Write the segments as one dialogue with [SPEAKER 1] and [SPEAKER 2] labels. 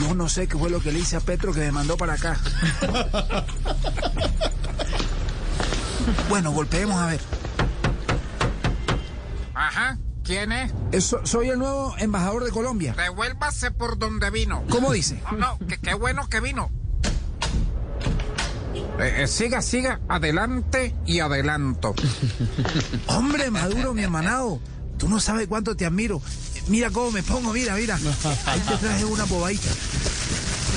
[SPEAKER 1] No, no sé qué fue lo que le hice a Petro que me mandó para acá. Bueno, golpeemos a ver.
[SPEAKER 2] Ajá, ¿quién es?
[SPEAKER 1] Eso- Eh, soy el nuevo embajador de Colombia.
[SPEAKER 2] Revuélvase por donde vino.
[SPEAKER 1] ¿Cómo dice?
[SPEAKER 2] No, no, que qué bueno que vino. Eh, eh, siga, siga, adelante y adelanto.
[SPEAKER 1] Hombre, Maduro, mi hermanado. Tú no sabes cuánto te admiro. Mira cómo me pongo, mira, mira. Ahí te traje una bobadita.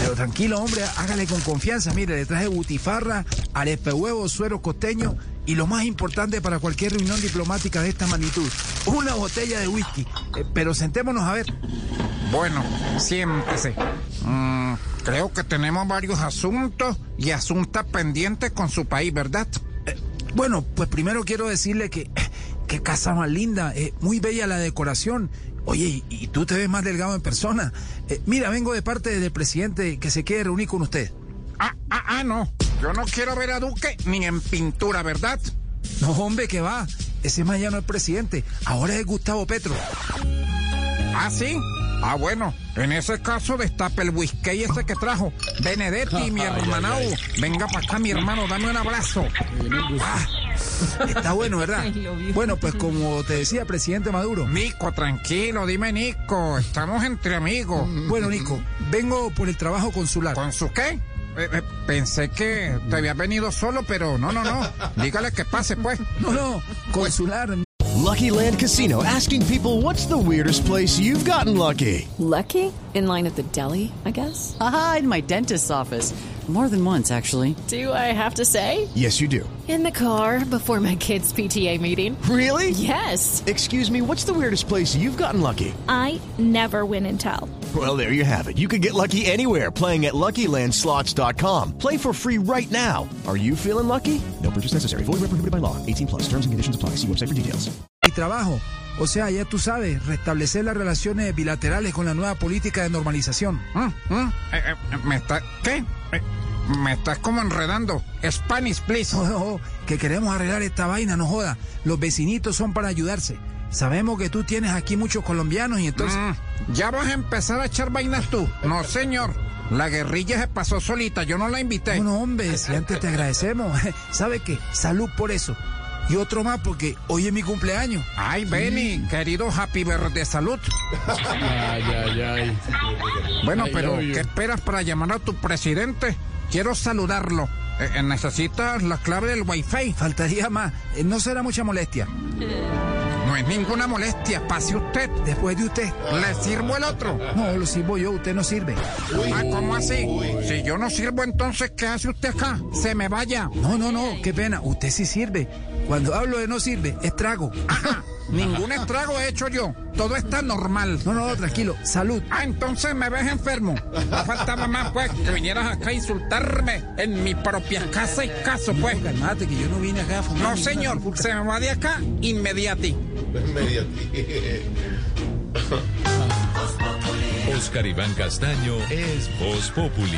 [SPEAKER 1] Pero tranquilo, hombre, hágale con confianza. Mire, le traje butifarra, arepehuevo, suero costeño y lo más importante para cualquier reunión diplomática de esta magnitud, una botella de whisky. Eh, pero sentémonos a ver.
[SPEAKER 2] Bueno, siéntese. Mm, creo que tenemos varios asuntos y asuntos pendientes con su país, ¿verdad?
[SPEAKER 1] Eh, Bueno, pues primero quiero decirle que qué casa más linda, eh, muy bella la decoración. Oye, y, y tú te ves más delgado en persona. Eh, mira, vengo de parte del presidente que se quiere reunir con usted.
[SPEAKER 2] Ah, ah, ah, no. Yo no quiero ver a Duque ni en pintura, ¿verdad?
[SPEAKER 1] No, hombre, que va. Ese más ya no es presidente. Ahora es Gustavo Petro.
[SPEAKER 2] ¿Ah, sí? Ah, bueno, en ese caso destape el whisky ese que trajo. Benedetti, mi hermanao. Venga para acá, mi hermano, dame un abrazo.
[SPEAKER 1] Está bueno, ¿verdad? Bueno, pues como te decía, presidente Maduro.
[SPEAKER 2] Nico, tranquilo, dime Nico, estamos entre amigos.
[SPEAKER 1] Bueno, Nico, vengo por el trabajo consular.
[SPEAKER 2] ¿Con su qué? Eh, eh, pensé que te habías venido solo, pero no, no, no. Dígale que pase, pues.
[SPEAKER 1] No, no, consular.
[SPEAKER 3] Lucky Land Casino asking people what's the weirdest place you've gotten lucky?
[SPEAKER 4] Lucky? In line at the deli, I guess?
[SPEAKER 5] Aha, in my dentist's office. More than once, actually.
[SPEAKER 4] Do I have to say?
[SPEAKER 3] Yes, you do.
[SPEAKER 4] In the car before my kids' PTA meeting.
[SPEAKER 3] Really?
[SPEAKER 4] Yes.
[SPEAKER 3] Excuse me, what's the weirdest place you've gotten lucky?
[SPEAKER 6] I never win and tell.
[SPEAKER 3] Well, there you have it. You can get lucky anywhere playing at LuckyLandSlots.com. Play for free right now. Are you feeling lucky? No purchase necessary. Void where prohibited by law. 18 plus. Terms and conditions apply. See website for details.
[SPEAKER 1] y trabajo. O sea, ya tú sabes, restablecer las relaciones bilaterales con la nueva política de normalización.
[SPEAKER 2] Mm, mm, eh, eh, me está... ¿Qué? Eh, me estás como enredando. Spanish, please.
[SPEAKER 1] No, no, que queremos arreglar esta vaina, no joda. Los vecinitos son para ayudarse. Sabemos que tú tienes aquí muchos colombianos y entonces...
[SPEAKER 2] Mm, ya vas a empezar a echar vainas tú. No, señor. La guerrilla se pasó solita, yo no la invité.
[SPEAKER 1] Bueno, hombre, si antes te agradecemos. ¿Sabes qué? Salud por eso. Y otro más porque hoy es mi cumpleaños.
[SPEAKER 2] Ay, Benny, querido Happy Verde Salud. Bueno, pero ¿qué esperas para llamar a tu presidente? Quiero saludarlo. Eh, eh, ¿Necesitas la clave del wifi?
[SPEAKER 1] Faltaría más. Eh, No será mucha molestia.
[SPEAKER 2] No es ninguna molestia, pase usted.
[SPEAKER 1] Después de usted.
[SPEAKER 2] Le sirvo el otro.
[SPEAKER 1] No, lo sirvo yo, usted no sirve.
[SPEAKER 2] Ah, ¿cómo así? Si yo no sirvo, entonces, ¿qué hace usted acá? Se me vaya.
[SPEAKER 1] No, no, no, qué pena. Usted sí sirve. Cuando hablo de no sirve, es trago.
[SPEAKER 2] Ajá, ningún estrago he hecho yo. Todo está normal.
[SPEAKER 1] No, no, tranquilo. Salud.
[SPEAKER 2] Ah, entonces me ves enfermo. No faltaba más, pues, que vinieras acá a insultarme en mi propia casa y caso, pues.
[SPEAKER 1] No, calmate, que yo no vine acá a fumar
[SPEAKER 2] No,
[SPEAKER 1] ninguna
[SPEAKER 2] señor,
[SPEAKER 1] trifulca.
[SPEAKER 2] se me va de acá inmediati.
[SPEAKER 7] Oscar Iván Castaño es Voz Populi.